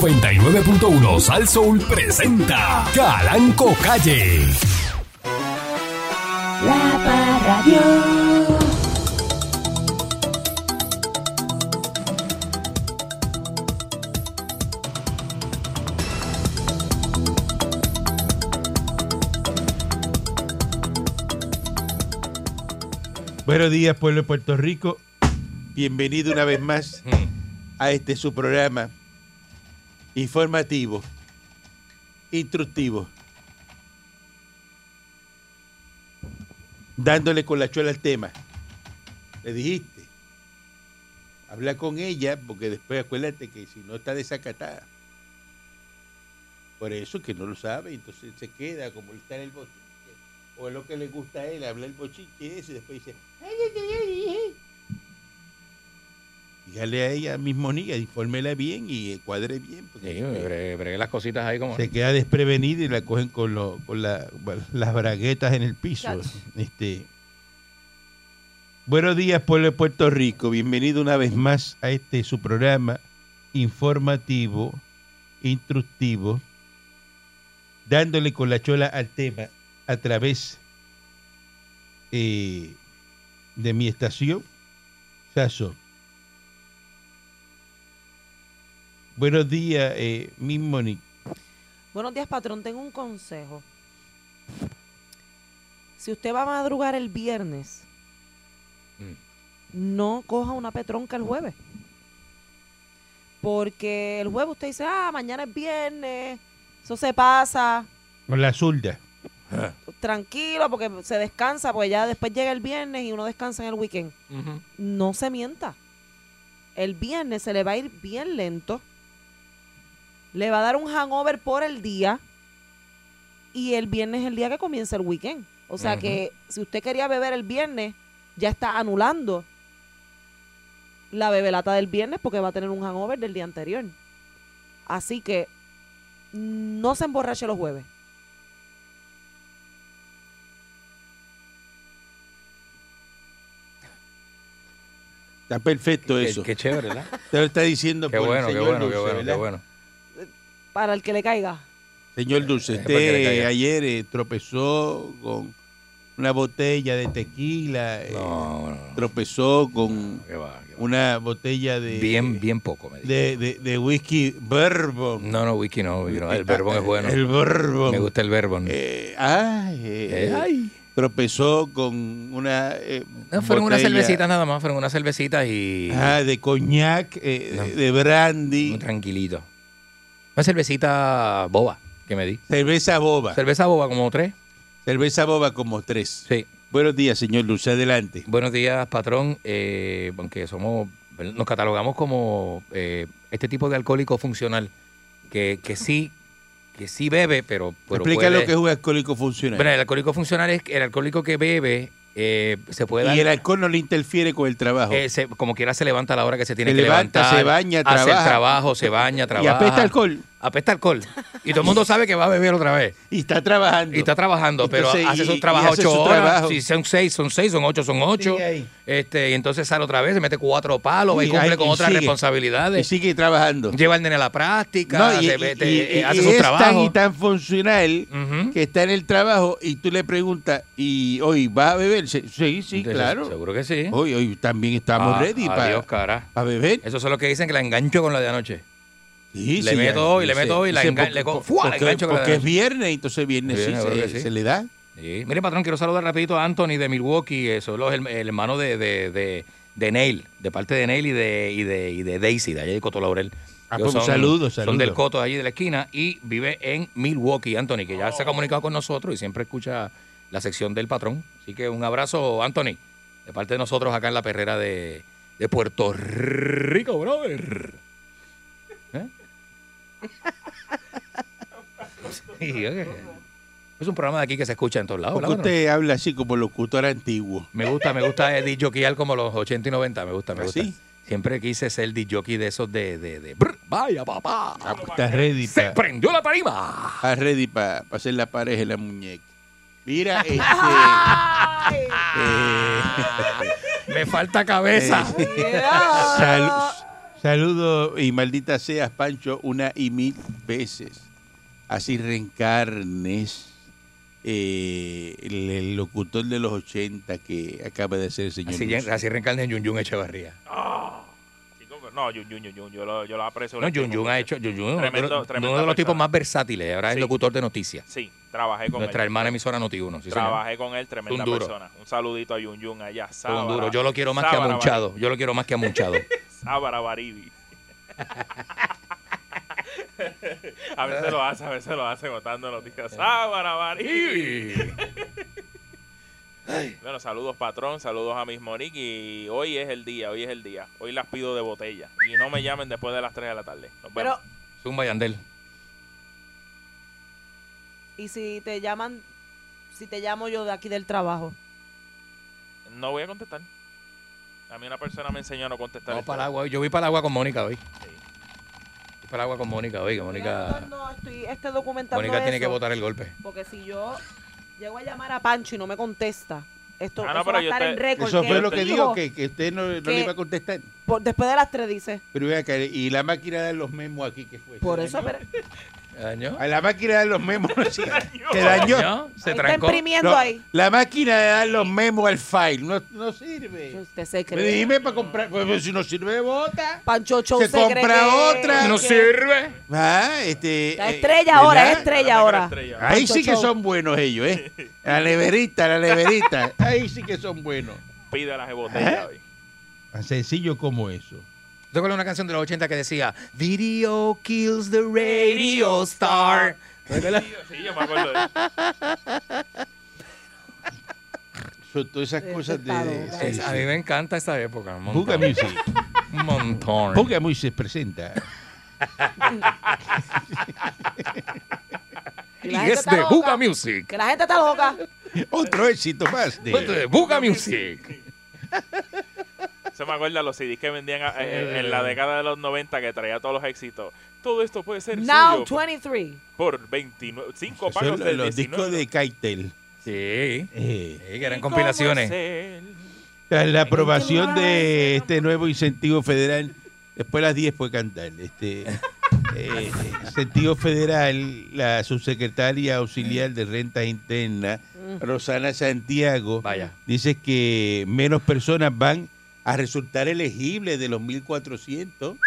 99.1 Sal Soul presenta Calanco Calle. La Parradio. Buenos días, pueblo de Puerto Rico. Bienvenido una vez más a este su programa informativo, instructivo, dándole con la chola al tema. Le dijiste, habla con ella, porque después acuérdate que si no está desacatada. Por eso que no lo sabe, entonces se queda como está en el bote o es lo que le gusta a él, habla el bochiche ese, y después dice, "Ay, ay, ay, ay, ay". dígale a ella mismo, niña, infórmela bien y eh, cuadre bien, porque Sí, bregué, bregué las cositas ahí como... se queda desprevenida y la cogen con, lo- con la- las braguetas en el piso. Chacho. Este. Buenos días, pueblo de Puerto Rico. Bienvenido una vez más a este su programa informativo, instructivo, dándole con la chola al tema a través eh, de mi estación, Saso. Buenos días, eh, Miss Monique. Buenos días, patrón. Tengo un consejo. Si usted va a madrugar el viernes, Mm. no coja una petronca el jueves. Porque el jueves usted dice, ah, mañana es viernes, eso se pasa, Con la zurda. tranquilo, porque se descansa, porque ya después llega el viernes y uno descansa en el weekend. Ujú. No se mienta. El viernes se le va a ir bien lento. Le va a dar un hangover por el día. Y el viernes es el día que comienza el weekend. O sea Ujú. que si usted quería beber el viernes, ya está anulando la bebelata del viernes porque va a tener un hangover del día anterior. Así que no se emborrache los jueves. Está perfecto Qué- eso. Qué, chévere, ¿verdad? Te lo está diciendo qué por el bueno, qué señor bueno, Dulce, qué bueno, ¿verdad? qué bueno. Para el que le caiga. Señor Dulce, Eh, para que le usted caiga. ayer eh, tropezó con una botella de tequila, eh, No, no, no, tropezó con qué va, qué va. una botella de, Bien, bien poco, me dice. de, de- de whisky bourbon. No, no, whisky no, whisky no, el verbón es bueno. Ah, El bourbon. Me gusta el verbón. Eh, ay, eh, Eh, Tropezó con una eh, No, fueron unas botella, cervecitas nada más, fueron unas cervecitas y... ah, de coñac, eh, No. de- de brandy, muy tranquilito. Una cervecita boba que me di. cerveza boba. Cerveza boba como tres. cerveza boba como tres. Sí. Buenos días, señor Dulce, adelante. Buenos días, patrón. Eh, aunque somos, nos catalogamos como eh, este tipo de alcohólico funcional, que, que sí, que sí bebe, pero, pero Explica puede- lo que es un alcohólico funcional. Bueno, el alcohólico funcional es el alcohólico que bebe eh, se puede dar, y el alcohol no le interfiere con el trabajo. eh, se- como quiera se levanta a la hora que se tiene Se que levanta, levantar, se baña, hace trabaja. el trabajo, se baña, y trabaja, apesta alcohol. apesta alcohol. y todo el mundo sabe que va a beber otra vez. Y está trabajando. Y está trabajando, Entonces, pero hace y- y su trabajo hace ocho su horas. trabajo. Si son seis, son seis, son ocho, son ocho. Sigue ahí. Este, y entonces sale otra vez, se mete cuatro palos, va y Y cumple ahí- con y otras sigue. Y responsabilidades. sigue trabajando. Lleva al nene a la práctica, No, y- se y- mete, y- eh, y- hace y su es tan y trabajo. tan funcional Ujú. que está en el trabajo y tú le preguntas, ¿y hoy vas a beber? Se- Sí, sí, Entonces, claro. Seguro que sí. Hoy, hoy también estamos Ah, ready para adiós, cara. beber. Eso es lo que dicen que la engancho con la de anoche. Sí, Le sí, meto ya, hoy, le dice- meto hoy, la dice, engan- porque- le co- porque- ¡fua! la engancho con la Porque es derecha. viernes, entonces viernes sí, Viernes, se, seguro que sí. se le da. Sí. Mire, patrón, quiero saludar rapidito a Anthony de Milwaukee, eh, son los herm- el, hermano de, de, de, de Neil, de parte de Neil y de, y de, y de Daisy, de allá de Coto Laurel. Ah, Ellos pues, saludos, Son saludos. del Coto, allí de la esquina, y vive en Milwaukee, Anthony, que ya Oh. se ha comunicado con nosotros y siempre escucha la sección del patrón. Así que un abrazo, Anthony, de parte de nosotros acá en la perrera de, de Puerto Rico, brother. ¿Eh? Sí, oye. Es un programa de aquí que se escucha en todos lados. Porque ¿verdad, usted habla así como locutor antiguo. me gusta, me gusta el disjockeyar como los 80 y 90, me gusta, me ¿Ah, gusta. sí? Siempre quise ser disjockey de esos de... de, de brr, ¡Vaya, papá! Ah, pues, Está ready ¡Se para prendió la tarima! ready para hacer la pareja en la muñeca. Mira, este, eh, Ah. Me falta cabeza. salu- Saludos y maldita seas, Pancho, una y mil veces. Así reencarnes eh, el, el locutor de los 80 que acaba de ser el señor. Así, Luis. así reencarna en Yun Yun Echevarría. Ah, chico, pero no, Jun Jun, Jun, Jun, yo lo, yo lo aprecio. No, lo Yun estimo Yun ha mucho. hecho. Yun Yun es uno de Tremendo- los- uno tremenda de los tipos persona. más versátiles. Ahora es Sí. locutor de noticias. Sí, trabajé con Nuestra él. hermana emisora Noti1. Sí, señor. trabajé con él, tremenda Un duro. persona. Un saludito a Yun Yun allá. Todo un Sábara- duro. Yo lo quiero más que a Sábara Munchado. Yo lo quiero más que a Munchado. Baridi- Sábara Baridi. a veces lo hace, a veces lo hace botando noticias. Sábara Baridi. Bueno, saludos patrón, saludos a mis Monique y hoy es el día, hoy es el día. Hoy las pido de botella y no me llamen después de las 3 de la tarde. Nos vemos. Pero, Zumba Yandel. ¿y si te llaman, si te llamo yo de aquí del trabajo? No voy a contestar. A mí una persona me enseñó a no contestar. Vamos esto. para el agua. hoy. Yo voy para el agua con Mónica hoy. Voy para el agua con Mónica hoy. Que Mira, Mónica, No, no, estoy este documentando Mónica tiene eso, que botar el golpe. Porque si yo llego a llamar a Pancho y no me contesta, esto Ah, eso no, pero va a yo estar te- en récord. Eso que fue él lo que dijo, dijo que, que usted no, no que- le iba a contestar. por- después de las tres dice. Pero ven acá, y la máquina de los memos aquí, ¿qué fue? Por ¿Se eso, dañó? pero, ¿Dañó? A la máquina de los memos se se dañó. ¿Dañó? Se ahí trancó. está imprimiendo No, ahí. la máquina de dar los memos al file no, no sirve. Usted se Me cree. dime para comprar, pues, si no sirve, bota. Pancho Show Se se, cree compra que- otra. No que- sirve. Ah, este, La eh, estrella ahora, ¿verdad? es estrella La ahora. estrella. Ahí Pancho sí que Show. son buenos ellos, ¿eh? La neverita, la neverita. Ahí sí que son buenos. Pide las botellas ¿Eh? hoy. Tan sencillo como eso. Yo recuerdo una canción de los 80 que decía Video kills the radio star. Sí, sí, yo me acuerdo de eso. Son todas esas Ese cosas de. está de- loco. sí, Es- a sí. mí me encanta esta época. Un Buga montón. Music. Un montón. Buga Music presenta. Y La gente es está de loca. Buga Music. Que la gente está loca. Otro éxito más Es de Pues de. Buga Music. Se me acuerda los CDs que vendían a- en, en la década de los 90 que traía todos los éxitos. Todo esto puede ser Now suyo 23. por 29, 5 pagos Son de los 19. discos de Kaitel. Sí. Eh, Sí, que eran ¿Y cómo es compilaciones. él? Tras la aprobación de este nuevo incentivo federal, después de las 10 puede cantar. Este eh, incentivo federal, la subsecretaria auxiliar de Rentas Internas, Rosana Santiago, Vaya. dice que menos personas van a resultar elegibles de los 1.400.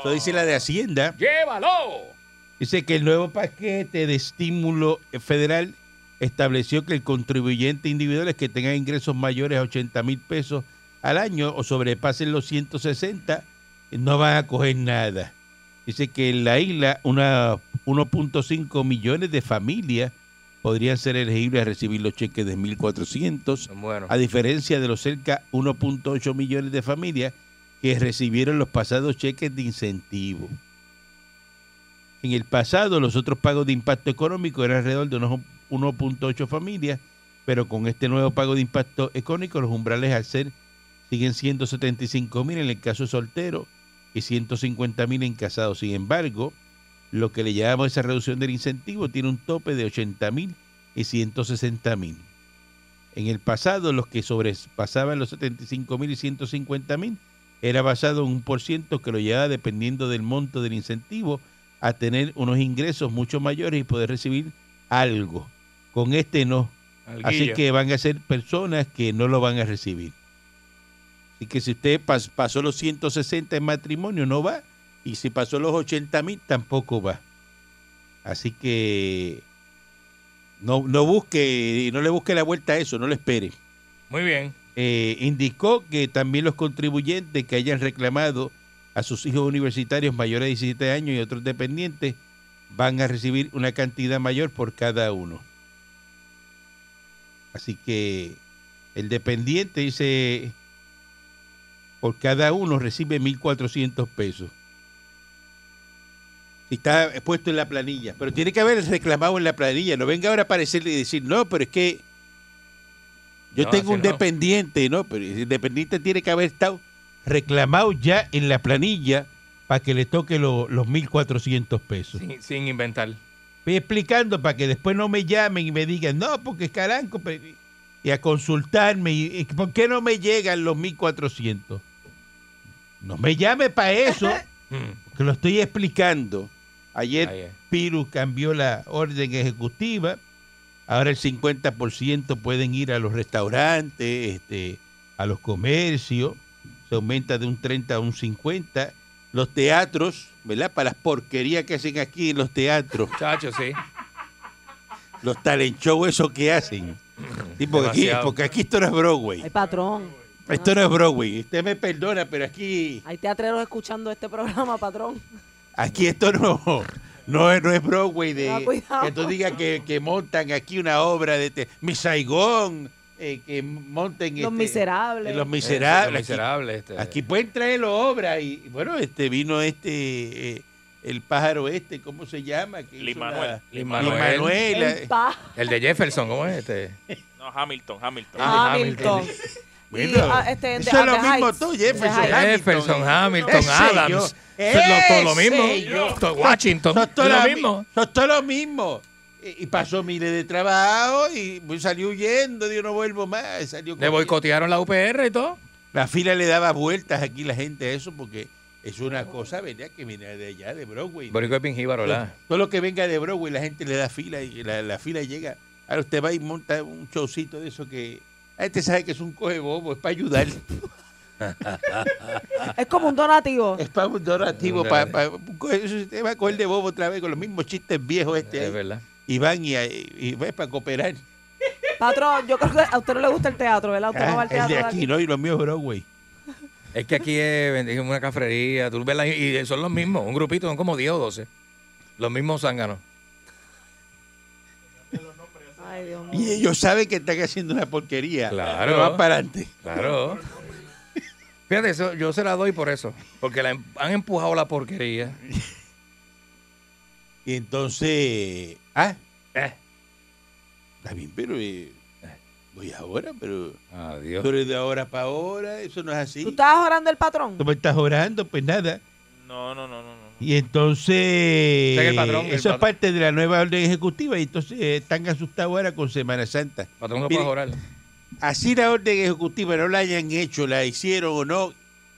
Eso dice la de Hacienda. ¡Llévalo! Dice que el nuevo paquete de estímulo federal estableció que el contribuyente individual que tenga ingresos mayores a 80 mil pesos al año o sobrepasen los 160 no van a coger nada. Dice que en la isla una 1.5 millones de familias podrían ser elegibles a recibir los cheques de 1.400, Bueno. a diferencia de los cerca 1.8 millones de familias que recibieron los pasados cheques de incentivo. En el pasado, los otros pagos de impacto económico eran alrededor de unos 1.8 familias, pero con este nuevo pago de impacto económico, los umbrales al ser siguen siendo 75 mil en el caso soltero y 150 mil en casados. Sin embargo, lo que le llamamos esa reducción del incentivo tiene un tope de 80 mil y 160 mil. En el pasado, los que sobrepasaban los 75 mil y 150 mil era basado en un por ciento que lo llevaba dependiendo del monto del incentivo a tener unos ingresos mucho mayores y poder recibir algo. Con este no. Así Alguillo. que van a ser personas que no lo van a recibir. Así que si usted pas- pasó los 160 en matrimonio, no va. Y si pasó los 80 mil, tampoco va. Así que no, no busque, no le busque la vuelta a eso, no lo espere. Muy bien. Eh, indicó que también los contribuyentes que hayan reclamado a sus hijos universitarios mayores de 17 años y otros dependientes van a recibir una cantidad mayor por cada uno. Así que el dependiente dice, por cada uno recibe 1.400 pesos. Y Está puesto en la planilla, pero tiene que haber reclamado en la planilla. No venga ahora a aparecerle y decir, no, pero es que yo No, tengo así un no. dependiente, ¿no? Pero el dependiente tiene que haber estado reclamado ya en la planilla para que le toque lo- los 1.400 pesos. Sin, sin inventar. Voy explicando para que después no me llamen y me digan, no, porque es caranco, pero- y a consultarme, y, y ¿por qué no me llegan los 1400? No me llame para eso, que lo estoy explicando. Ayer Hmm. Ahí es. Piru cambió la orden ejecutiva. Ahora el 50% pueden ir a los restaurantes, este, a los comercios. Se aumenta de un 30 a un 50. Los teatros, ¿verdad? Para las porquerías que hacen aquí en los teatros. Chacho, sí. Los talent show esos que hacen. Sí, porque, aquí, Demasiado. porque aquí esto no es Broadway. Hay patrón. Esto no es Broadway. Usted me perdona, pero aquí, Hay teatreros escuchando este programa, patrón. aquí esto no, no, es- no es Broadway de Ah, cuidado. que tú digas que, que montan aquí una obra de te- Mi Saigón, eh, que monten este, Los Miserables. eh, Los miserables. Eh, miserable, este. Aquí, aquí pueden traer obras y bueno, este vino este eh, el pájaro este, ¿cómo se llama? Que hizo Lin-Manuel. la- eh, Lin-Manuel. Lin-Manuel, El la- pa El de Jefferson, ¿cómo es este? No, Hamilton, Hamilton. Ah, Hamilton. Hamilton. Bueno, Y, ah, este, eso de- es lo de mismo Heights. tú, Jefferson. De Heights. Jefferson, Hamilton, Ese Adams. yo, Es lo- todo lo ese mismo. yo. To- Washington. Son todo es la lo mi- mismo. Son todo lo mismo. Y, y pasó miles de trabajo y pues, salió huyendo, dijo no vuelvo más. Salió Le corriendo. boicotearon la UPR y todo. La fila le daba vueltas aquí la gente a eso porque es una cosa, ¿verdad? Que viene de allá, de Broadway. Boricua es bien jíbaro, ¿verdad? Todo lo que venga de Broadway, la gente le da fila y la, la fila llega. Ahora usted va y monta un showcito de eso que. A este sabe que es un coge bobo, es para ayudar, Es como un donativo. es para un donativo, para, para- un coge- eso usted va a coger de bobo otra vez con los mismos chistes viejos este. Es ahí. verdad. y van y, y va para cooperar. Patrón, yo creo que a usted no le gusta el teatro, ¿verdad? Usted no va Ah, pues, al el teatro de de aquí, aquí. ¿no? Y los míos Broadway. Es que aquí es es una cafrería, tú ves la- y son los mismos, un grupito, son como 10 o 12. Los mismos zánganos. Ay, Dios mío. Y ellos saben que están haciendo una porquería. Claro. Pero van para adelante. Claro. Fíjate, eso, yo se la doy por eso, porque la em- han empujado la porquería. Y entonces. Ah, está bien, pero. eh, voy ahora, pero. Adiós. Tú eres de ahora para ahora, eso no es así. ¿Tú estabas orando el patrón? ¿Tú me estás orando? Pues nada. No, no, no, no, no. Y entonces. O sea que el patrón- el eso es patrón- parte de la nueva orden ejecutiva. Y entonces eh, están asustados ahora con Semana Santa. Patrón, no Mire, puedes orar. así la orden ejecutiva no la hayan hecho, la hicieron o no,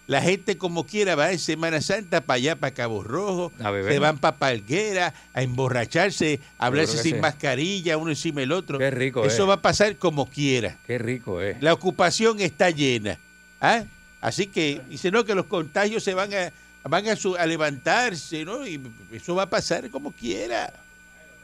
la gente como quiera va en Semana Santa para allá, para Cabo Rojo, A beber. se van para Palguera a emborracharse, a hablarse creo que sin sí. mascarilla uno encima del otro. Qué rico eh. Eso es. va a pasar como quiera. Qué rico es. La ocupación está llena. ¿ah? Así que dice no que los contagios se van a van a, su- a levantarse, ¿no? Y eso va a pasar como quiera.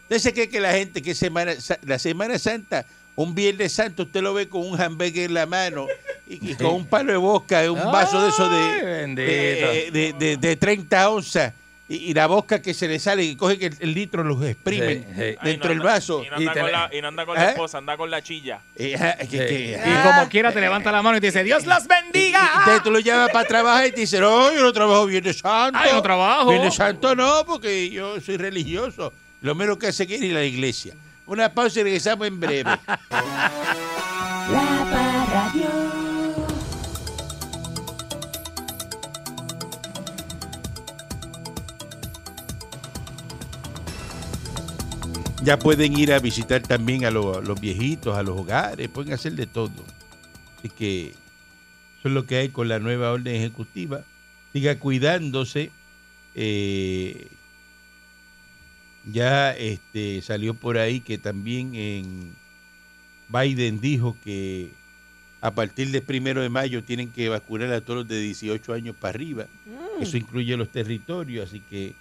Usted se cree que la gente que semana Sa- la Semana Santa, un Viernes Santo, usted lo ve con un hamburger en la mano y, y con un palo de bosca, un vaso de eso Ay, de bendito. de, eh, de- de- de 30 onzas y, y la bosca que se le sale y coge el, el litro los exprimen Sí, sí. Ay, no dentro del anda- vaso. Y no anda Y te con la- la, y no anda con la ¿Eh? esposa, anda con la chilla. Eh, ah, que- Sí. que- Y ah. como quiera te levanta la mano y te dice, Dios los Y- y Entonces bendiga. tú lo llamas para trabajar y te dicen, no, yo no trabajo Viernes Santo. Ay, no trabajo. Viernes Santo no, porque yo soy religioso. Lo menos que hace que ir a la iglesia. Una pausa y regresamos en breve. La Parradio. ya pueden ir a visitar también a, lo- a los viejitos, a los hogares, pueden hacer de todo. Así que eso es lo que hay con la nueva orden ejecutiva. Siga cuidándose. eh, ya este, salió por ahí que también en Biden dijo que a partir del primero de mayo tienen que vacunar a todos los de 18 años para arriba. Mm. Eso incluye los territorios, así que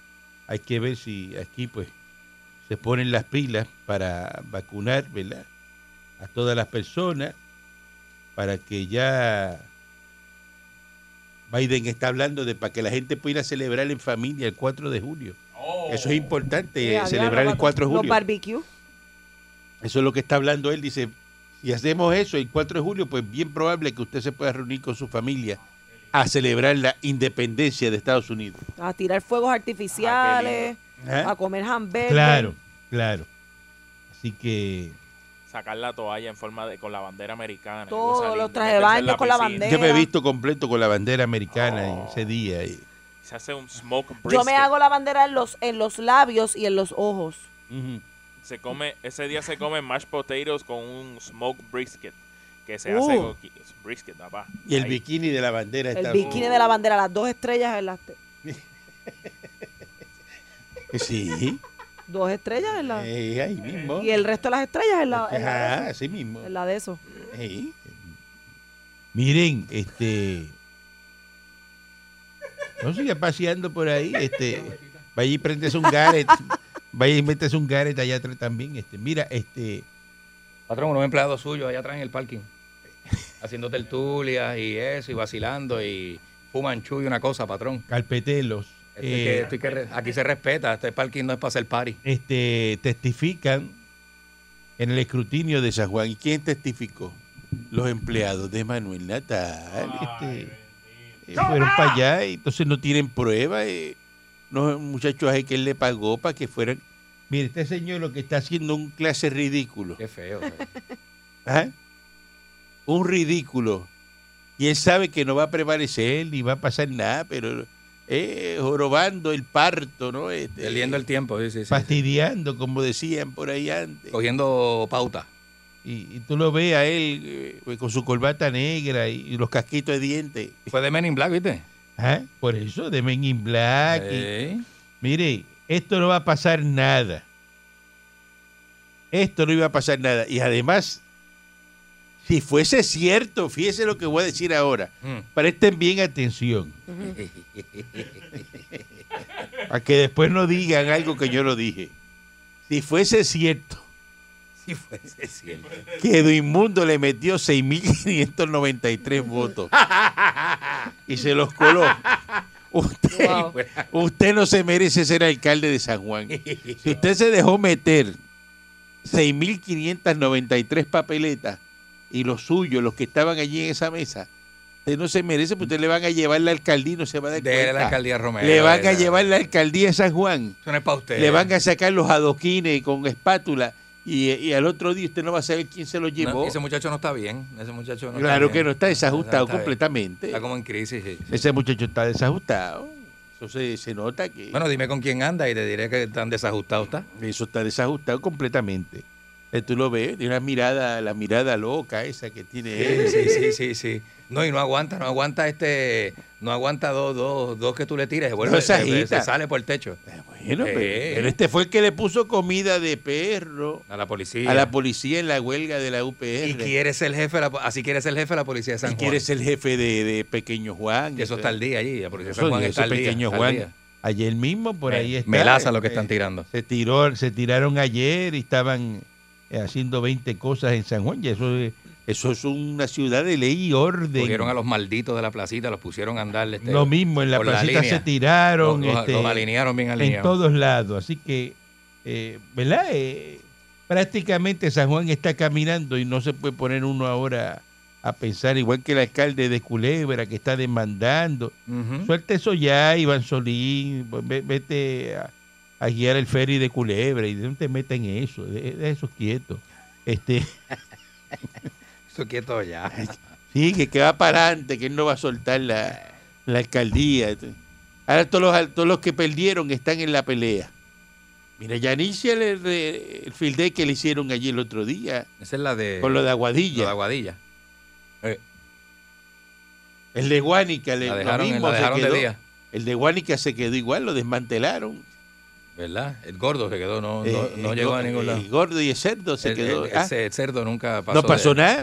hay que ver si aquí pues se ponen las pilas para vacunar, ¿verdad? A todas las personas, para que ya Biden está hablando de para que la gente pueda ir a celebrar en familia el 4 de julio. Eso es importante, Oh. Sí, eh, había celebrar los el bat- 4 de Los julio. barbecues. Eso es lo que está hablando él. Dice, si hacemos eso el 4 de julio, pues bien probable que usted se pueda reunir con su familia a celebrar la independencia de Estados Unidos. A tirar fuegos artificiales. ¿Ah? A comer hamburguesas. Claro, claro. Así que Sacar la toalla en forma de con la bandera americana. qué Todos cosa los linda, trajes de meterse en baño con la piscina. bandera. yo me he visto completo con la bandera americana ese día. y- Se hace un smoke brisket. Yo me hago la bandera en los, en los labios y en los ojos. Ujú. Se come, ese día se come mashed potatoes con un smoke brisket. que se hace Uh. con qui- brisket, papá. Y el Ahí. bikini de la bandera El está bikini de la bandera, las dos estrellas en las te- Sí, dos estrellas en la eh, ah, ahí mismo. y el resto de las estrellas en la, en la de Ajá, eso, así mismo. en la de eso. Sí. Miren, este. No siga paseando por ahí, este. Vaya y prendes un Garrett. Vaya y metes un Garrett allá atrás también. Este. Mira, este. Patrón, unos empleados suyos allá atrás en el parking, haciendo tertulias y eso, y vacilando, y fuman chuy, una cosa, patrón. Carpetelos. Esto hay Este, que- eh, esto hay que re- aquí se respeta, este parking no es para hacer party. este, testifican en el escrutinio de San Juan. ¿Y quién testificó? Los empleados de Manuel Natal. este, eh, fueron para allá y entonces no tienen prueba. eh. No, muchachos, hay que él le pagó para que fueran. Mire, este señor lo que está haciendo es un clase ridículo. Qué feo. eh. ¿ah? Un ridículo. Y él sabe que no va a prevalecer ni va a pasar nada, pero eh, jorobando el parto, ¿no? Este, Perdiendo el tiempo, sí, sí, sí, sí. fastidiando, como decían por ahí antes. Cogiendo pauta. Y, y tú lo ves a él eh, con su corbata negra y, y los casquitos de dientes. Fue de Men in Black, ¿viste? Eh, Ajá, Por eso, de Men in Black. y- Sí. mire, esto no va a pasar nada. Esto no iba a pasar nada. Y además, si fuese cierto, fíjese lo que voy a decir ahora. Mm. Presten bien atención. Para que después no digan algo que yo no dije. Si fuese cierto Sí, fue sí, es cierto. que Edwin Mundo le metió 6.593 votos y se los coló. Usted, Wow. usted no se merece ser alcalde de San Juan. Si usted se dejó meter 6.593 papeletas y los suyos, los que estaban allí en esa mesa, usted no se merece porque usted le van a llevar la alcaldía y no se va a dar De la cuenta. alcaldía Romero. le van de a la- llevar la alcaldía de San Juan Eso no es para usted. le van a sacar los adoquines con espátula y, y al otro día usted no va a saber quién se los No, llevó. ese muchacho no está bien. Ese muchacho no claro está que bien. no está desajustado Está bien. completamente. Está como en crisis. sí. Ese muchacho está desajustado. Eso se, se nota que Bueno, dime con quién anda y te diré que tan desajustado está. eso está desajustado completamente. Eh, Tú lo ves, tiene una mirada, la mirada loca esa que tiene él. Sí, sí, sí, sí. No, y no aguanta, no aguanta este, no aguanta dos, dos, dos que tú le tires. Bueno, No se se, se- agita. se sale por el techo. Eh, Bueno, Eh. pero, pero este fue el que le puso comida de perro A la policía. a la policía en la huelga de la UPR. y quiere ser jefe, de la po- así quiere ser jefe de la policía de San Y Juan. quiere ser jefe de, de Pequeño Juan. Y eso está al día allí, la policía de Eso, San Juan eso está al día, Pequeño está al Juan. día. Ayer mismo por ahí está. Melaza lo que eh, están tirando. se tiró, se tiraron ayer y estaban eh, haciendo 20 cosas en San Juan. Y eso, es- eso es una ciudad de ley y orden. Cogieron a los malditos de la placita, los pusieron a andar. este, Lo mismo, en la por la placita línea. se tiraron. los- los- este, los alinearon bien en alineados. todos lados. Así que, eh, ¿verdad? Eh, prácticamente San Juan está caminando y no se puede poner uno ahora a pensar, igual que el alcalde de Culebra que está demandando. Ujú. Suelta eso ya, Iván Solín. ve- Vete a, a guiar el ferry de culebra y no te metas en eso. de- de eso quieto. Este, Eso quieto ya. sí, que, que va para adelante, que él no va a soltar la, la alcaldía. Ahora todos los, al- todos los que perdieron están en la pelea. Mira, Yanicia, el, el, el field day que le hicieron allí el otro día, Esa es la de, con lo de Eh, lo de Aguadilla. Aguadilla. Eh, El de Guánica, le, la lo dejaron, mismo la se dejaron de quedó. día. El de Guánica se quedó igual, lo desmantelaron. ¿Verdad? El gordo se quedó, no, no- Eh, no el llegó go- a ningún lado. El gordo y el cerdo se El- quedó. el- ah. ese cerdo nunca pasó. no pasó de- nada.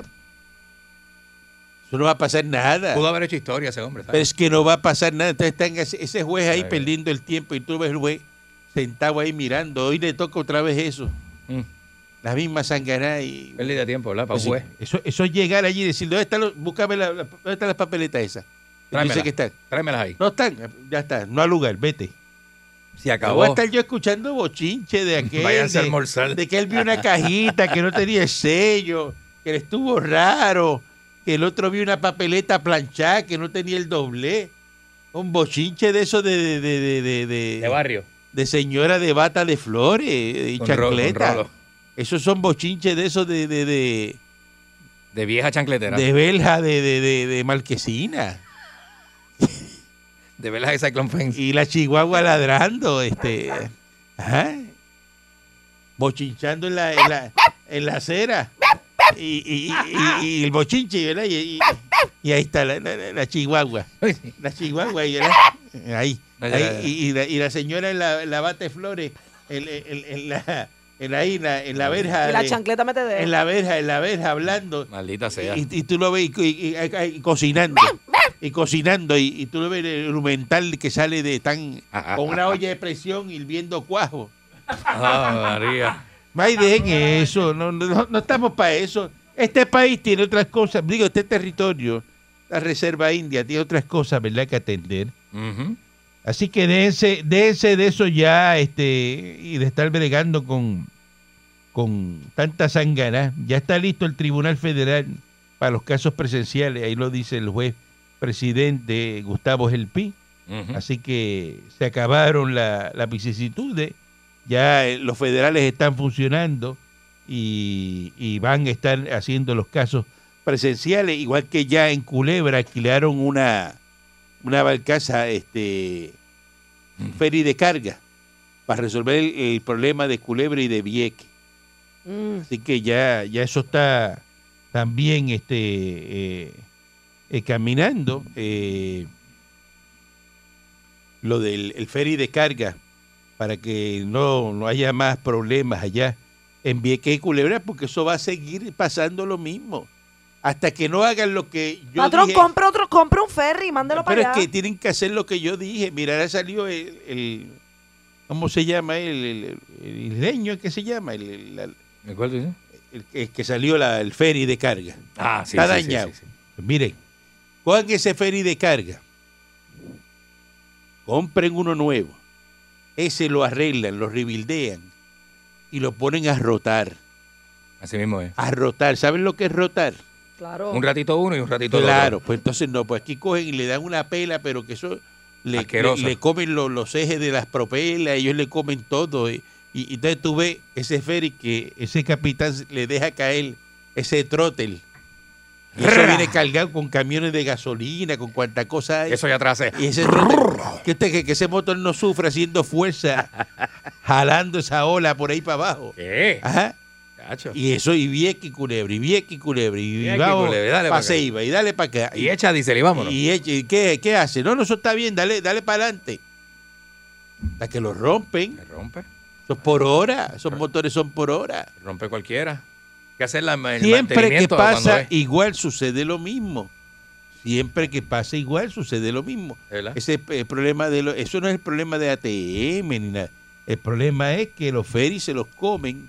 Eso no va a pasar nada. Pudo haber hecho historia ese hombre. Pero ¿sabes? es que no va a pasar nada. Entonces están ese, ese juez ahí Sí. perdiendo el tiempo y tú ves el juez sentado ahí mirando. Hoy le toca otra vez eso. Mm. La misma sanganá y... Pérdida de tiempo, ¿verdad? Para Pues un sí, juez. eso, eso es llegar allí y decir, ¿dónde están, los, búscame la, la- ¿dónde están las papeletas esas? Que Yo Tráemela. sé que están. Tráemelas ahí. No están, ya está, no al lugar, vete. Se No voy a acabó. estar yo escuchando bochinche de aquel. Váyanse a de- almorzar. de que él vio una cajita que no tenía el sello, que le estuvo raro, que el otro vio una papeleta planchada que no tenía el doble. Un bochinche de eso de, de, de, de, de, de- De barrio. de señora de bata de flores y Con ro- con chancleta. rolo. Esos son bochinches de esos de, de, de, De vieja chancletera. de De, belja, de, de, de, de marquesina. velas de Cyclone Fence. Y la chihuahua ladrando, este. Ajá. Bochinchando en la, en la, en la acera. y, y- y- y- y el bochinche, ¿verdad? Y, y- y ahí está la, la- la- la chihuahua. La chihuahua, y la- ahí. ahí, Ay, ay, ay. y, y la, y la señora en la, la bate flores, en, en- en la, en ahí, en la, en la verja. Y la de- chancleta mete de en la verja, en la verja, hablando. Maldita sea. Y, y tú lo ves y, y- y- y- y cocinando. Y cocinando. Y, y tú lo ves el rumental que sale de tan. con una olla de presión hirviendo cuajo. Ah, María. May, dejen eso. No, no- no, no estamos para eso. Este país tiene otras cosas. Digo, este territorio, la Reserva India, tiene otras cosas, ¿verdad?, que atender. Ujú. Así que déjense, déjense de eso ya este y de estar bregando con, con tanta sangana. Ya está listo el Tribunal Federal para los casos presenciales. Ahí lo dice el juez presidente Gustavo Gelpi. Ujú. Así que se acabaron la- las vicisitudes. Ya eh, los federales están funcionando y, y van a estar haciendo los casos presenciales. Igual que ya en Culebra alquilaron una, una barcaza este, ferry de carga para resolver el, el problema de Culebra y de Vieques. Mm, Así que ya, ya eso está también este, eh, eh, caminando. eh, lo del el ferry de carga, para que no, no haya más problemas allá en Vieques y Culebra, porque eso va a seguir pasando lo mismo. Hasta que no hagan lo que yo Patrón, dije. compra otro, compra un ferry, mándelo Pero para es allá. que tienen que hacer lo que yo dije. Mira, ahora salió el, el- ¿cómo se llama? El, el, el isleño, ¿qué se llama? El- el- la- ¿Me acuerdo, sí? el que, que salió la, el ferry de carga. Ah, sí, Está sí, sí, dañado. sí, sí. Pues miren, cojan ese ferry de carga, compren uno nuevo, ese lo arreglan, lo rebildean y lo ponen a rotar. Así mismo es. A rotar, ¿saben lo que es rotar? Claro. Un ratito uno y un ratito el otro. Claro, pues entonces no, pues aquí cogen y le dan una pela, pero que eso le, le, Asquerosa. le comen lo- los ejes de las propelas, ellos le comen todo. Y, y- y entonces tú ves ese ferry que ese capitán le deja caer ese trotel. Y eso viene cargado con camiones de gasolina, con cuanta cosa hay. Eso ya atrás es. Y ese trotel, que, usted- que- que ese motor no sufra haciendo fuerza, jalando esa ola por ahí para abajo. ¿Qué? Ajá. Cacho. Ah, Y eso, y Vieques y Culebra, y Vieques y Culebra, y, Vieques y vamos, Culebra, dale pa' acá. Ceiba, y dale para acá. Y echa diésel y vámonos. Y, echa- ¿y qué, qué hace? No, no, eso está bien, dale, dale para adelante. Hasta que lo rompen. Se rompe. Eso es por hora. Esos motores son por hora. se rompe cualquiera. Hay que hacer la, el Siempre que mantenimiento cuando pasa es, igual sucede lo mismo. Siempre que pasa igual sucede lo mismo. ¿verdad? Ese eh, problema de lo- eso no es el problema de ATM ni nada. El problema es que los ferries se los comen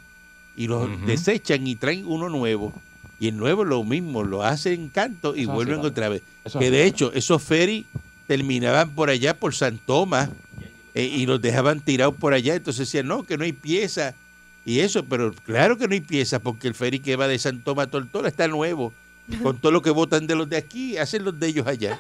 y los Ujú. desechan y traen uno nuevo. Y el nuevo lo mismo, lo hacen canto y Eso es vuelven así, papi. otra vez. Eso que es de así. hecho, esos ferries terminaban por allá, por San Tomás, eh, y los dejaban tirados por allá. Entonces decían, no, que no hay pieza y eso, pero claro que no hay pieza porque el ferry que va de San Tomás a Tortola está nuevo. Con todo lo que votan de los de aquí, hacen los de ellos allá.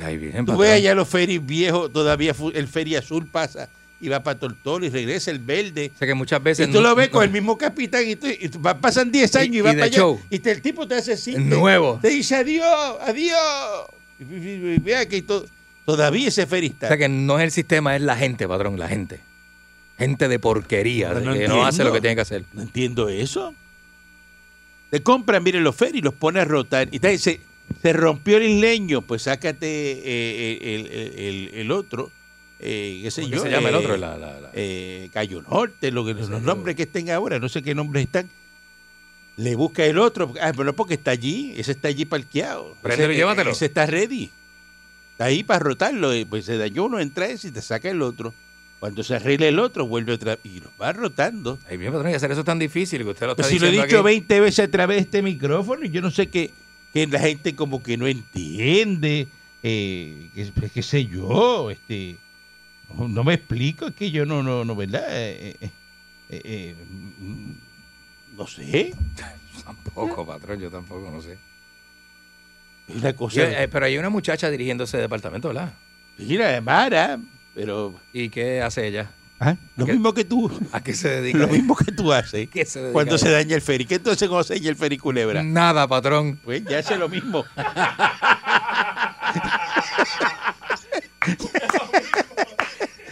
Ahí bien, Tú patrón. ves allá los ferries viejos, todavía fu- el ferry azul pasa y va para Tortola y regresa el verde. O sea que muchas veces. Y tú no- lo ves con no- el mismo capitán y, tú- y tú- va- pasan 10 años y, Y- va y de para allá. show. Y te- el tipo te hace así. Es te- nuevo. Te dice adiós, adiós. Y- y- y- Vea que to- todavía ese ferry O está. sea que no es el sistema, es la gente, patrón, la gente. Gente de porquería, No, de no que entiendo. no hace lo que tiene que hacer. No entiendo eso. Te compran, miren, los ferries, los pone a rotar. Y te dice, se rompió el isleño, pues sácate eh, el, el- el- el otro. eh, qué sé ¿Cómo yo. se llama el eh, otro? La, la, la- eh, Cayo Norte, lo que, los nombres que estén ahora, no sé qué nombres están. Le busca el otro, ah, pero no porque está allí, ese está allí parqueado. Préndelo y Ese- llévatelo. Ese está ready. Está ahí para rotarlo, eh, pues se dañó uno, entra ese y te saca el otro. Cuando se arregla el otro, vuelve otra y los va rotando. Ahí bien, patrón, y hacer eso es tan difícil que usted lo está Pero si lo he diciendo. dicho aquí. 20 veces a través de este micrófono, y yo no sé qué, que la gente como que no entiende, eh, que- pues, qué sé yo, este, no, no me explico, es que yo no, no, no, ¿verdad? Eh, eh, eh, eh, mm, no sé, Tampoco, patrón, yo tampoco, no sé. es una Y, cosa, eh, pero hay una muchacha dirigiendo ese departamento, ¿verdad? mira, Mara, pero ¿Y qué hace ella? ah, lo ¿Qué? mismo que tú, ¿A qué se dedica? lo mismo que tú haces ¿Qué Mm. se dedica cuando se ella? daña el ferry, ¿qué entonces cuando se daña el ferry culebra? Nada, patrón. Pues ya hace lo mismo.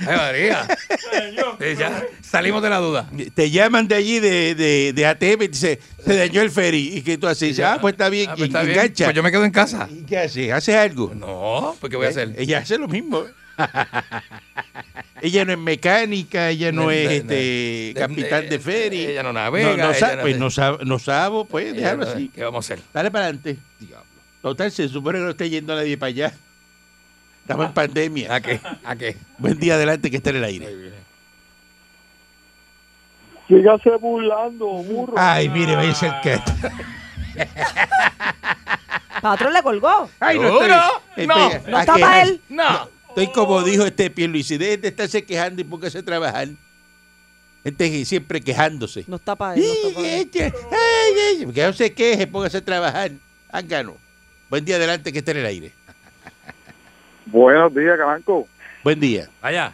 Ay, María. Eh, ya salimos de la duda. Te llaman de allí de, de, de ATM y te dice, se dañó el ferry. Y que tú haces, ah, pues está bien, Ah, y pues está bien. engancha. Pues yo me quedo en casa. ¿Y qué haces? ¿Haces algo? ¿Eh? No, pues ¿qué voy a hacer? Ella hace lo mismo. ella no es mecánica, ella no, No, es no, este no. capitán de Eh, ferry. ella no navega, No, no, sa- ella no- pues no sabo, no sabo, pues Ella, déjalo eh, así. ¿Qué vamos a hacer? Dale para adelante. Diablo. Total, se supone que no esté yendo nadie para allá. Estamos en pandemia. ¿A qué? ¿A qué? Buen día adelante que está en el aire. Sígase burlando, burro. Ay, mire, vaya a ser que. Ah. Patrón le colgó. Ay, no, Seguro. estoy- No. estoy- No a está para quejarse. él. No. Estoy como dijo este Pierluisi, dejen de estarse quejando y póngase a trabajar. Gente que siempre quejándose. este, No está para él. no está pa' él. Que no se queje, póngase a trabajar. Ángano. Buen día adelante que esté en el aire. Buenos días, Caranco. Buen día. Vaya.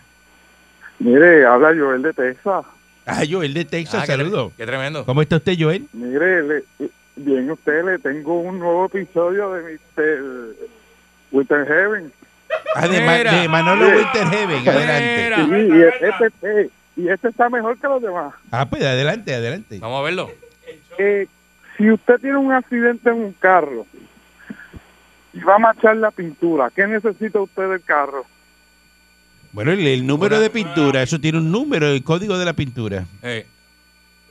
Mire, habla Joel de Texas. Ah, Joel de Texas, Ah, qué tre- saludo. Qué tremendo. ¿Cómo está usted, Joel? Mire, le- bien usted, le tengo un nuevo episodio de Mr. Winter Heaven. Ah, de, Ma- Mira. de Manolo Winterheaven, adelante. Ah, Mira. Sí, y, este, eh, y este está mejor que los demás. Ah, pues adelante, adelante. Vamos a verlo. Eh, si usted tiene un accidente en un carro y va a marchar la pintura, ¿qué necesita usted del carro? Bueno, el, el número de pintura, eso tiene un número, el código de la pintura. Eh,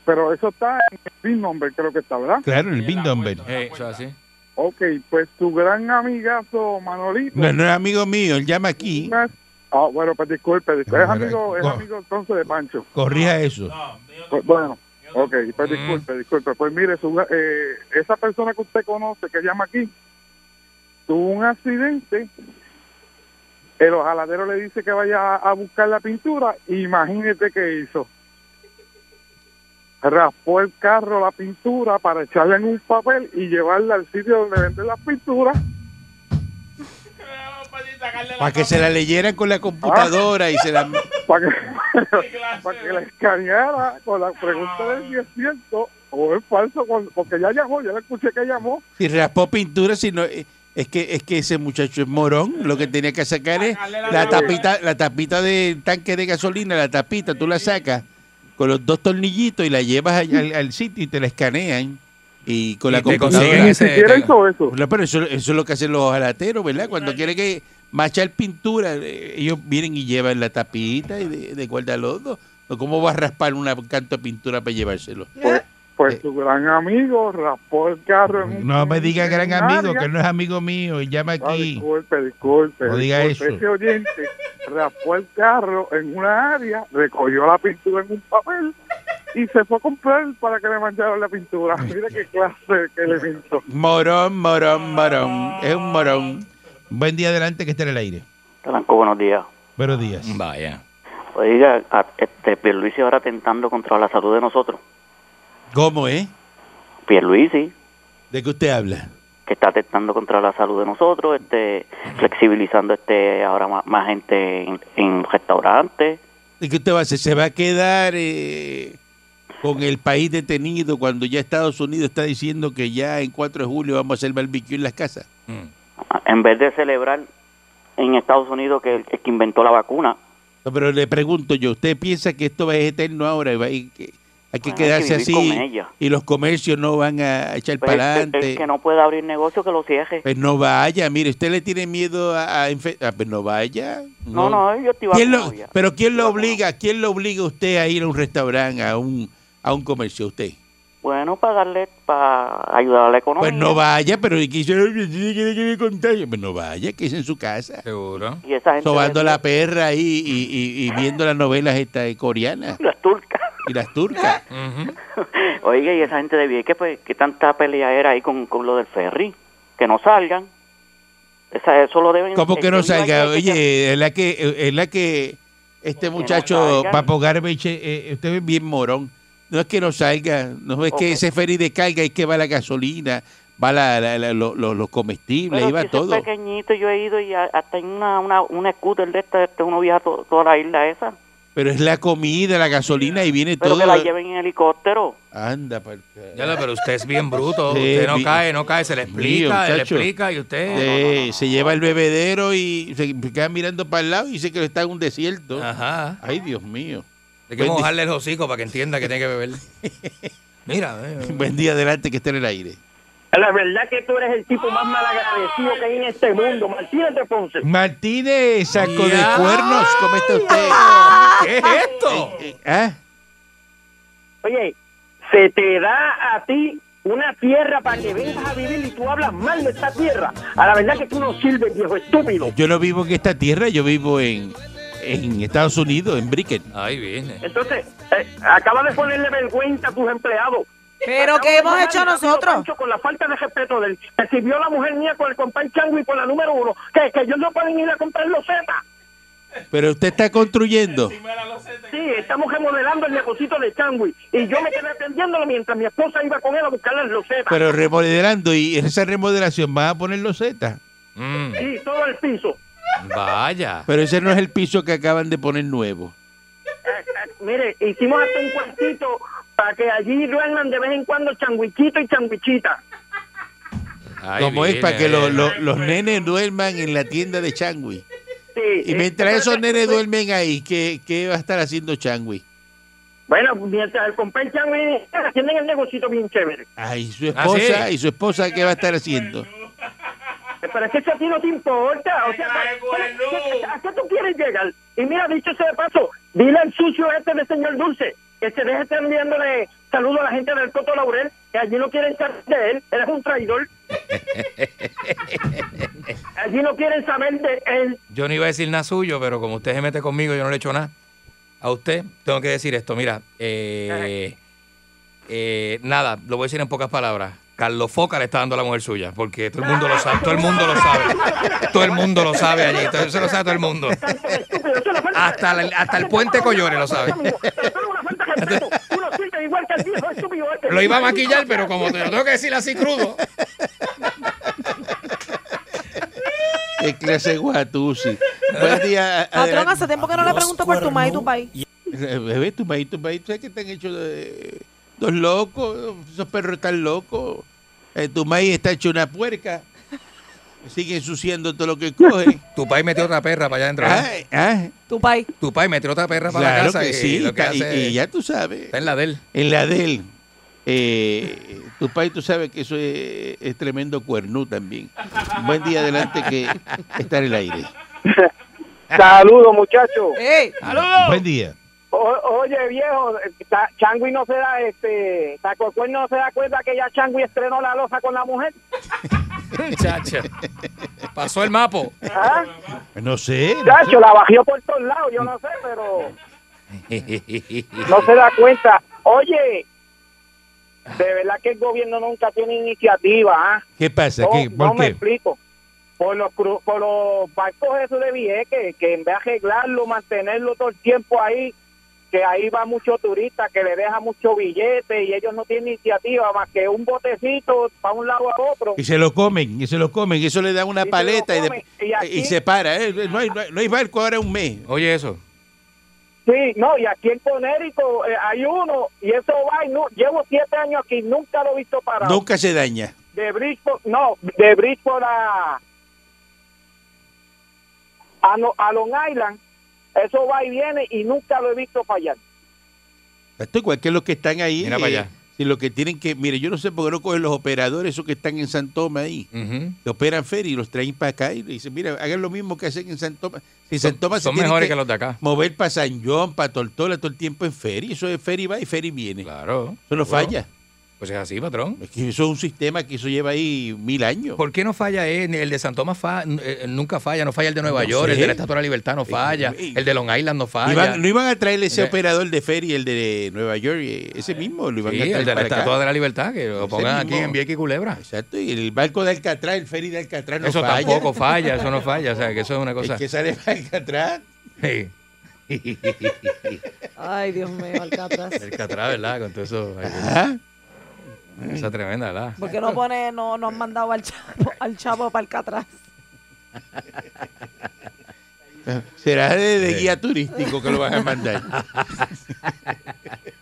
Pero eso está en el PIN number, creo que está, ¿verdad? Claro, el bin number. eh, eso es así. Ok, pues tu gran amigazo Manolito. No, no es amigo mío, él llama aquí. Ah, bueno, pues disculpe, disculpe. Es Ahora, amigo, es wow. amigo entonces de Pancho. Corrija eso. Pues, bueno, ok, pues Mm. disculpe, disculpe. Pues mire, su- eh, esa persona que usted conoce que llama aquí tuvo un accidente. El ojaladero le dice que vaya a buscar la pintura. Imagínate qué hizo. Raspó el carro la pintura para echarla en un papel y llevarla al sitio donde venden las pinturas. Para que se la leyeran con la computadora y se la... para que, pa' que la escaneara con la pregunta de si es cierto o es falso, con- porque ya llamó, ya le escuché que llamó. Si raspó pintura, si no... eh, Es que, es que ese muchacho es morón, lo que tenía que sacar es la tapita, la tapita del tanque de gasolina, la tapita, tú la sacas con los dos tornillitos y la llevas allá al, al sitio y te la escanean y con la Y te computadora. consiguen ese- Ni siquiera hizo eso. No, pero eso, eso es lo que hacen los jalateros, ¿verdad? Cuando quieren que machar pintura, eh, ellos vienen y llevan la tapita y de, de guardar los dos. ¿O ¿Cómo va a raspar una canto de pintura para llevárselo? Pues, pues su gran amigo raspó el carro en un- No me diga gran en un amigo, área. que no es amigo mío, y llama Ah, aquí. disculpe, disculpe. No diga eso. disculpe. Ese oyente raspó el carro en una área, recogió la pintura en un papel y se fue a comprar para que le mancharan la pintura. Mira qué clase, qué elemento. Morón, morón, morón. Es un morón. Buen día adelante que esté en el aire. Franco, buenos días. Buenos días. Vaya. Oiga, a- este Pierluisi ahora atentando contra la salud de nosotros. ¿Cómo es? Pierluisi, ¿De qué usted habla? que está atentando contra la salud de nosotros, este flexibilizando este ahora más, más gente en, en restaurantes. ¿De qué usted va a hacer? ¿Se va a quedar eh, con el país detenido cuando ya Estados Unidos está diciendo que ya en 4 de julio vamos a hacer barbecue en las casas? Mm. En vez de celebrar en Estados Unidos que el, el que inventó la vacuna, No, pero le pregunto yo, ¿usted piensa que esto va a ser eterno ahora? y va- y que hay que Bueno, hay que quedarse vivir así con ella. y los comercios no van a echar pues, para el, el adelante. que no pueda abrir negocio que lo cierre. Pues no vaya, mire, usted le tiene miedo a, a enfe- ah, pues no vaya. No, no, yo te iba ¿Quién a lo- pero quién lo obliga, quién lo obliga a usted a ir a un restaurante, a un a un comercio, usted. Bueno, para darle, para ayudar a la economía. Pues no vaya, pero y que dice, "Ay, que tiene que ver con el contagio". Pues no vaya, que es en su casa, Seguro. Y esa gente sobando de- la perra ahí y, y- y viendo las novelas estas eh, coreanas las turcas. y las turcas. Ujú. Oiga, y esa gente de Vieques, pues, ¿qué tanta pelea era ahí con, con lo del ferry? Que no salgan. Esa, eso lo deben... ¿Cómo que no eso iba a salga? decir que- Oye, es la que, es la que este no muchacho salga. Papo Garbage, eh, eh, usted es bien morón. No es que no salga, no es que Ok. ese ferry de carga, es que va la gasolina, va la, la- la- lo- lo- los comestibles, Pero ahí va si eso es todo. este, pequeñito, yo he ido y a- hasta en una, una, una scooter de esta, este, uno viaja to- toda la isla esa. Pero es la comida, la gasolina y viene Pero todo. que la lleven en helicóptero. Anda, pa'l ca- Ya, pero usted es bien bruto. Sí, usted no mi- cae, no cae. Se le mío, explica, se le muchacho. explica y usted. Sí, Eh, se lleva el bebedero y se queda mirando para el lado y dice que está en un desierto. Ajá. Ay, Dios mío. Hay que Buen di- mojarle el hocico para que entienda que tiene que beber. Mira, eh, Buen día, adelante, que esté en el aire. La verdad que tú eres el tipo más malagradecido que hay en este mundo. Martínez de Ponce. Martínez, saco Ya. de cuernos, ¿cómo está usted? ¿qué es esto? Eh, ¿Ah? Oye, se te da a ti una tierra para que vengas a vivir y tú hablas mal de esta tierra. A la verdad que tú no sirves, viejo estúpido. ah, Yo no vivo en esta tierra, yo vivo en, en Estados Unidos, en Brickett. Ahí viene. Entonces, eh, acaba de ponerle vergüenza a tus empleados. Pero Acaba ¿qué de hemos bajar hecho el Camilo nosotros? Pancho Con la falta de respeto de él. Recibió la mujer mía con el compay Chango y con la número uno. Que, que ellos no pueden ir a comprar los Z. Pero usted está construyendo. Sí, estamos remodelando el negocito de Changui y yo me quedé atendiéndolo mientras mi esposa iba con él a buscar las losetas. Pero remodelando y en esa remodelación vas a poner los Z. Mm, Sí, todo el piso. vaya. Pero ese no es el piso que acaban de poner nuevo. Eh, eh, mire, hicimos hasta un cuartito para que allí duerman de vez en cuando changuichito y changuichita. Ahí Como es viene, para que ahí lo- viene. lo- los nenes duerman en la tienda de Changui. Sí, Y eh, mientras esos entonces, nenes duermen ahí, ¿qué, qué va a estar haciendo Changui? Bueno, mientras el compay Changui eh, atienden el negocito bien chévere. Ay, su Ah, sí. esposa, y su esposa, ¿qué va a estar haciendo? Eh, Pero es que eso a ti no te importa. O sea, Ay, bueno. ¿qué- ¿a qué tú quieres llegar? Y mira, dicho sea de paso, dile al sucio este de señor Dulce que se deje estar enviándole saludos a la gente del Coto Laurel, que allí no quieren saber de él, él es un traidor. allí no quieren saber de él. Yo no iba a decir nada suyo, pero como usted se mete conmigo, yo no le echo nada. A usted tengo que decir esto, mira, eh, eh, nada, lo voy a decir en pocas palabras. Carlos Foca le está dando a la mujer suya, porque todo el mundo lo sabe, todo el mundo lo sabe, todo el mundo lo sabe allí, todo, eso lo sabe todo el mundo. Estúpido, eso es una falta- Hasta la- hasta el puente Collores lo sabe. Amigo, eso es una falta de respeto. Tú no sirves igual que el viejo estúpido este. Lo iba a maquillar, pero como te lo tengo que decir así crudo, ¿Qué clase de guatusi? Buen día. a- Patrón, adelante. hace tiempo que no le Los pregunto por tu cuernos maíz y tu país. Bebé, tu maíz, tu maíz, ¿sabes que están hechos de eh, dos locos? Esos perros están locos. Eh, tu maíz está hecho una puerca. Sigue ensuciando todo lo que coge. tu país metió otra perra para allá adentro. ¿eh? Ah, ah, Tu país. Tu país metió otra perra para claro la casa que y sí. lo que está- y- hace y ya tú sabes. está en la de él. En la de él. Eh, tu país, tú sabes que eso es, es tremendo cuernú también. Buen día adelante que está en el aire. Saludos, muchachos. ¡Ey! Buen día. oye, viejo, Changui no se da, este, Taco no se da cuenta que ya Changui estrenó la losa con la mujer. Chacho. Pasó el mapo. ¿Ah? No sé. no sé. Chacho, la bajó por todos lados, yo no sé, pero no se da cuenta. Oye, de verdad que el gobierno nunca tiene iniciativa, ¿ah? ¿Qué pasa? No, ¿Qué? no ¿Por me qué? explico. Por los, cru- por los barcos esos de Vieques, que en vez de arreglarlo, mantenerlo todo el tiempo ahí, que ahí va mucho turista, que le deja mucho billete y ellos no tienen iniciativa más que un botecito para un lado a otro. Y se lo comen, y se lo comen, y eso le da una Y se lo paleta y, de- comen, y aquí- y se para. eh, no, hay, no hay- no hay barco ahora un mes. Oye, eso. Sí, no, y aquí en Conérico eh, hay uno, y eso va, y no, llevo siete años aquí, nunca lo he visto parado. Nunca se daña. De Brisco, no, de Brisco a, a, no- a Long Island, eso va y viene y nunca lo he visto fallar. Esto igual que los que están ahí. eh, Mira para allá. Si los que tienen que. Mire, yo no sé por qué no cogen los operadores, esos que están en San Tomás ahí. Ujú. que operan feria y los traen para acá y le dicen, mira, hagan lo mismo que hacen en San Tomás. Si San Tomás se Son tiene mejores que los de acá. mover para San John, para Tortola, todo el tiempo en feria. Eso es feria y va y feria y viene. Claro. Eso no Seguro. falla. Pues es así, patrón. Es que eso es un sistema que eso lleva ahí mil años. ¿Por qué no falla él? El de San Tomás fa- eh, nunca falla, no falla el de Nueva No York, el sé. de la Estatua de la Libertad no falla, eh. el de Long Island no falla. Iban- no iban a traer ese Eh. operador de feria, el de Nueva York, eh, ese mismo, lo iban Ah, Sí, a traer el de la para acá. Estatua de la Libertad, que lo Ese pongan aquí mismo. en Vieques y Culebra. Exacto, y el barco de Alcatraz, el ferry de Alcatraz no eso falla. tampoco falla, eso no falla, o sea, que eso es una Es cosa. que sale para Alcatraz. Sí. Ay, Dios mío, Alcatraz. El Catrá, ¿verdad? Con todo eso. ay, Ajá. Esa tremenda, ¿verdad? ¿Por qué no pone, no, no han mandado al chavo, al chavo para Alcatraz? Será de, de Sí. guía turístico que lo van a mandar.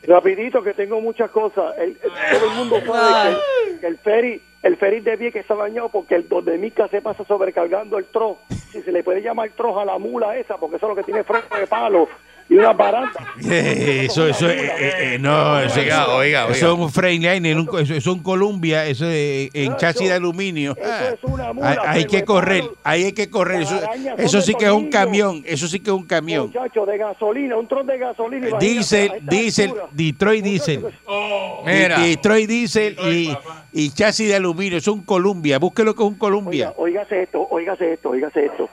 Rapidito, que tengo muchas cosas. El- el- todo el mundo sabe que el, que el ferry, el ferry de Vieques está dañado porque el dos de Mica se pasa sobrecargando el tro. Si se le puede llamar tro a la mula esa, porque eso es lo que tiene freno de palo y una baranda. Eh, eso, eso, eh, eh, eh, no, eso, Oiga, eso- oiga, oiga. eso es un Freightliner, en un co- eso, eso es un Columbia, eso es eh, en No, chasis de eso- aluminio. eso Ah, es una mula, hay, hay pero que de correr, palo. ahí hay que correr. Las Eso, arañas son eso de sí que es un tornillo. camión, eso sí que es un camión. Eh, Muchacho, de gasolina, un tron de gasolina. imagínate, a Diesel, esta diesel, altura. Detroit diesel. Mira, Y- Detroit diesel y, y chasis de aluminio, eso es un Columbia. Busque lo que es un Columbia. Oiga, oígase esto, oígase esto, oígase esto.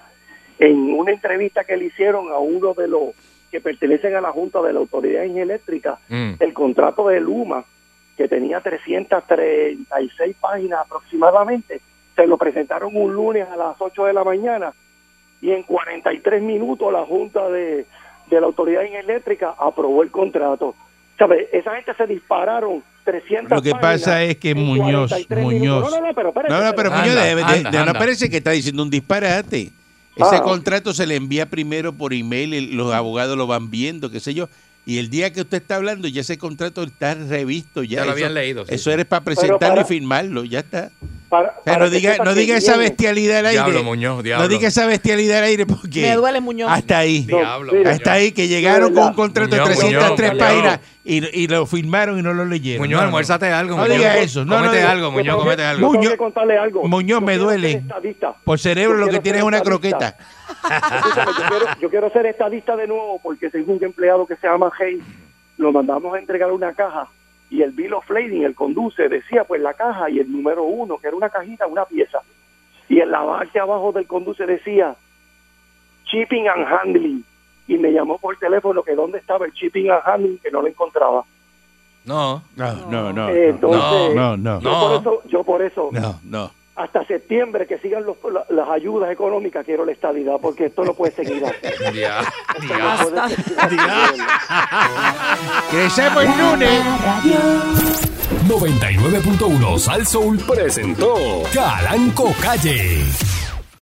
En una entrevista que le hicieron a uno de los que pertenecen a la Junta de la Autoridad de Energía Eléctrica, Mm. el contrato de Luma, que tenía 336 páginas aproximadamente, se lo presentaron un lunes a las 8 de la mañana y en 43 minutos la Junta de, de la Autoridad de Energía Eléctrica aprobó el contrato. ¿Sabe? Esa gente se dispararon 300 Lo que pasa páginas es que en Muñoz, 43 Muñoz. minutos. No, no, no, pero espérate, No, no, pero espérate. Anda, Muñoz, de- de- anda, de- no anda. parece que está diciendo un disparate. Ese Ah. contrato se le envía primero por email, el- los abogados lo van viendo, qué sé yo. Y el día que usted está hablando, ya ese contrato está revisto. Ya, Ya lo eso- habían leído, sí, eso sí. eres para presentarlo para- y firmarlo, ya está. Para- O sea, para no que diga, sepa no que diga esa viene. bestialidad al aire. Diablo, Muñoz, diablo. No diga esa bestialidad al aire porque. Me duele, Muñoz. Hasta ahí. Diablo, No, Muñoz. Hasta ahí, que llegaron con un contrato de Muñoz, 303 Muñoz, páginas y, y lo firmaron y no lo leyeron. No, Muñoz, no. almuérzate algo. No Muñoz. diga eso, no, Cómete no, algo, Yo Muñoz, tengo cómete que- algo. yo tengo Muñoz- que contarle algo. Muñoz, Yo me quiero duele. ser estadista. Por cerebro Yo lo que quiero tienes ser es una estadista. croqueta. Escúchame, yo, quiero, yo quiero ser estadista de nuevo porque tengo un empleado que se llama Hey. Lo mandamos a entregar una caja y el Bill of Lading, el conduce, decía pues la caja y el número uno, que era una cajita, una pieza. Y en la parte abajo del conduce decía shipping and handling. Y me llamó por teléfono que dónde estaba el shipping and handling, que no lo encontraba. No, No, no, no. Entonces, No, no, Yo, no. por eso, yo por eso No, no. hasta septiembre que sigan los- la- las ayudas económicas, quiero la estadidad, porque esto no puede seguir así. ya, ya. No puede Hasta- seguir así. Regresamos el lunes. 99.1 Sal Soul presentó Calanco Calle.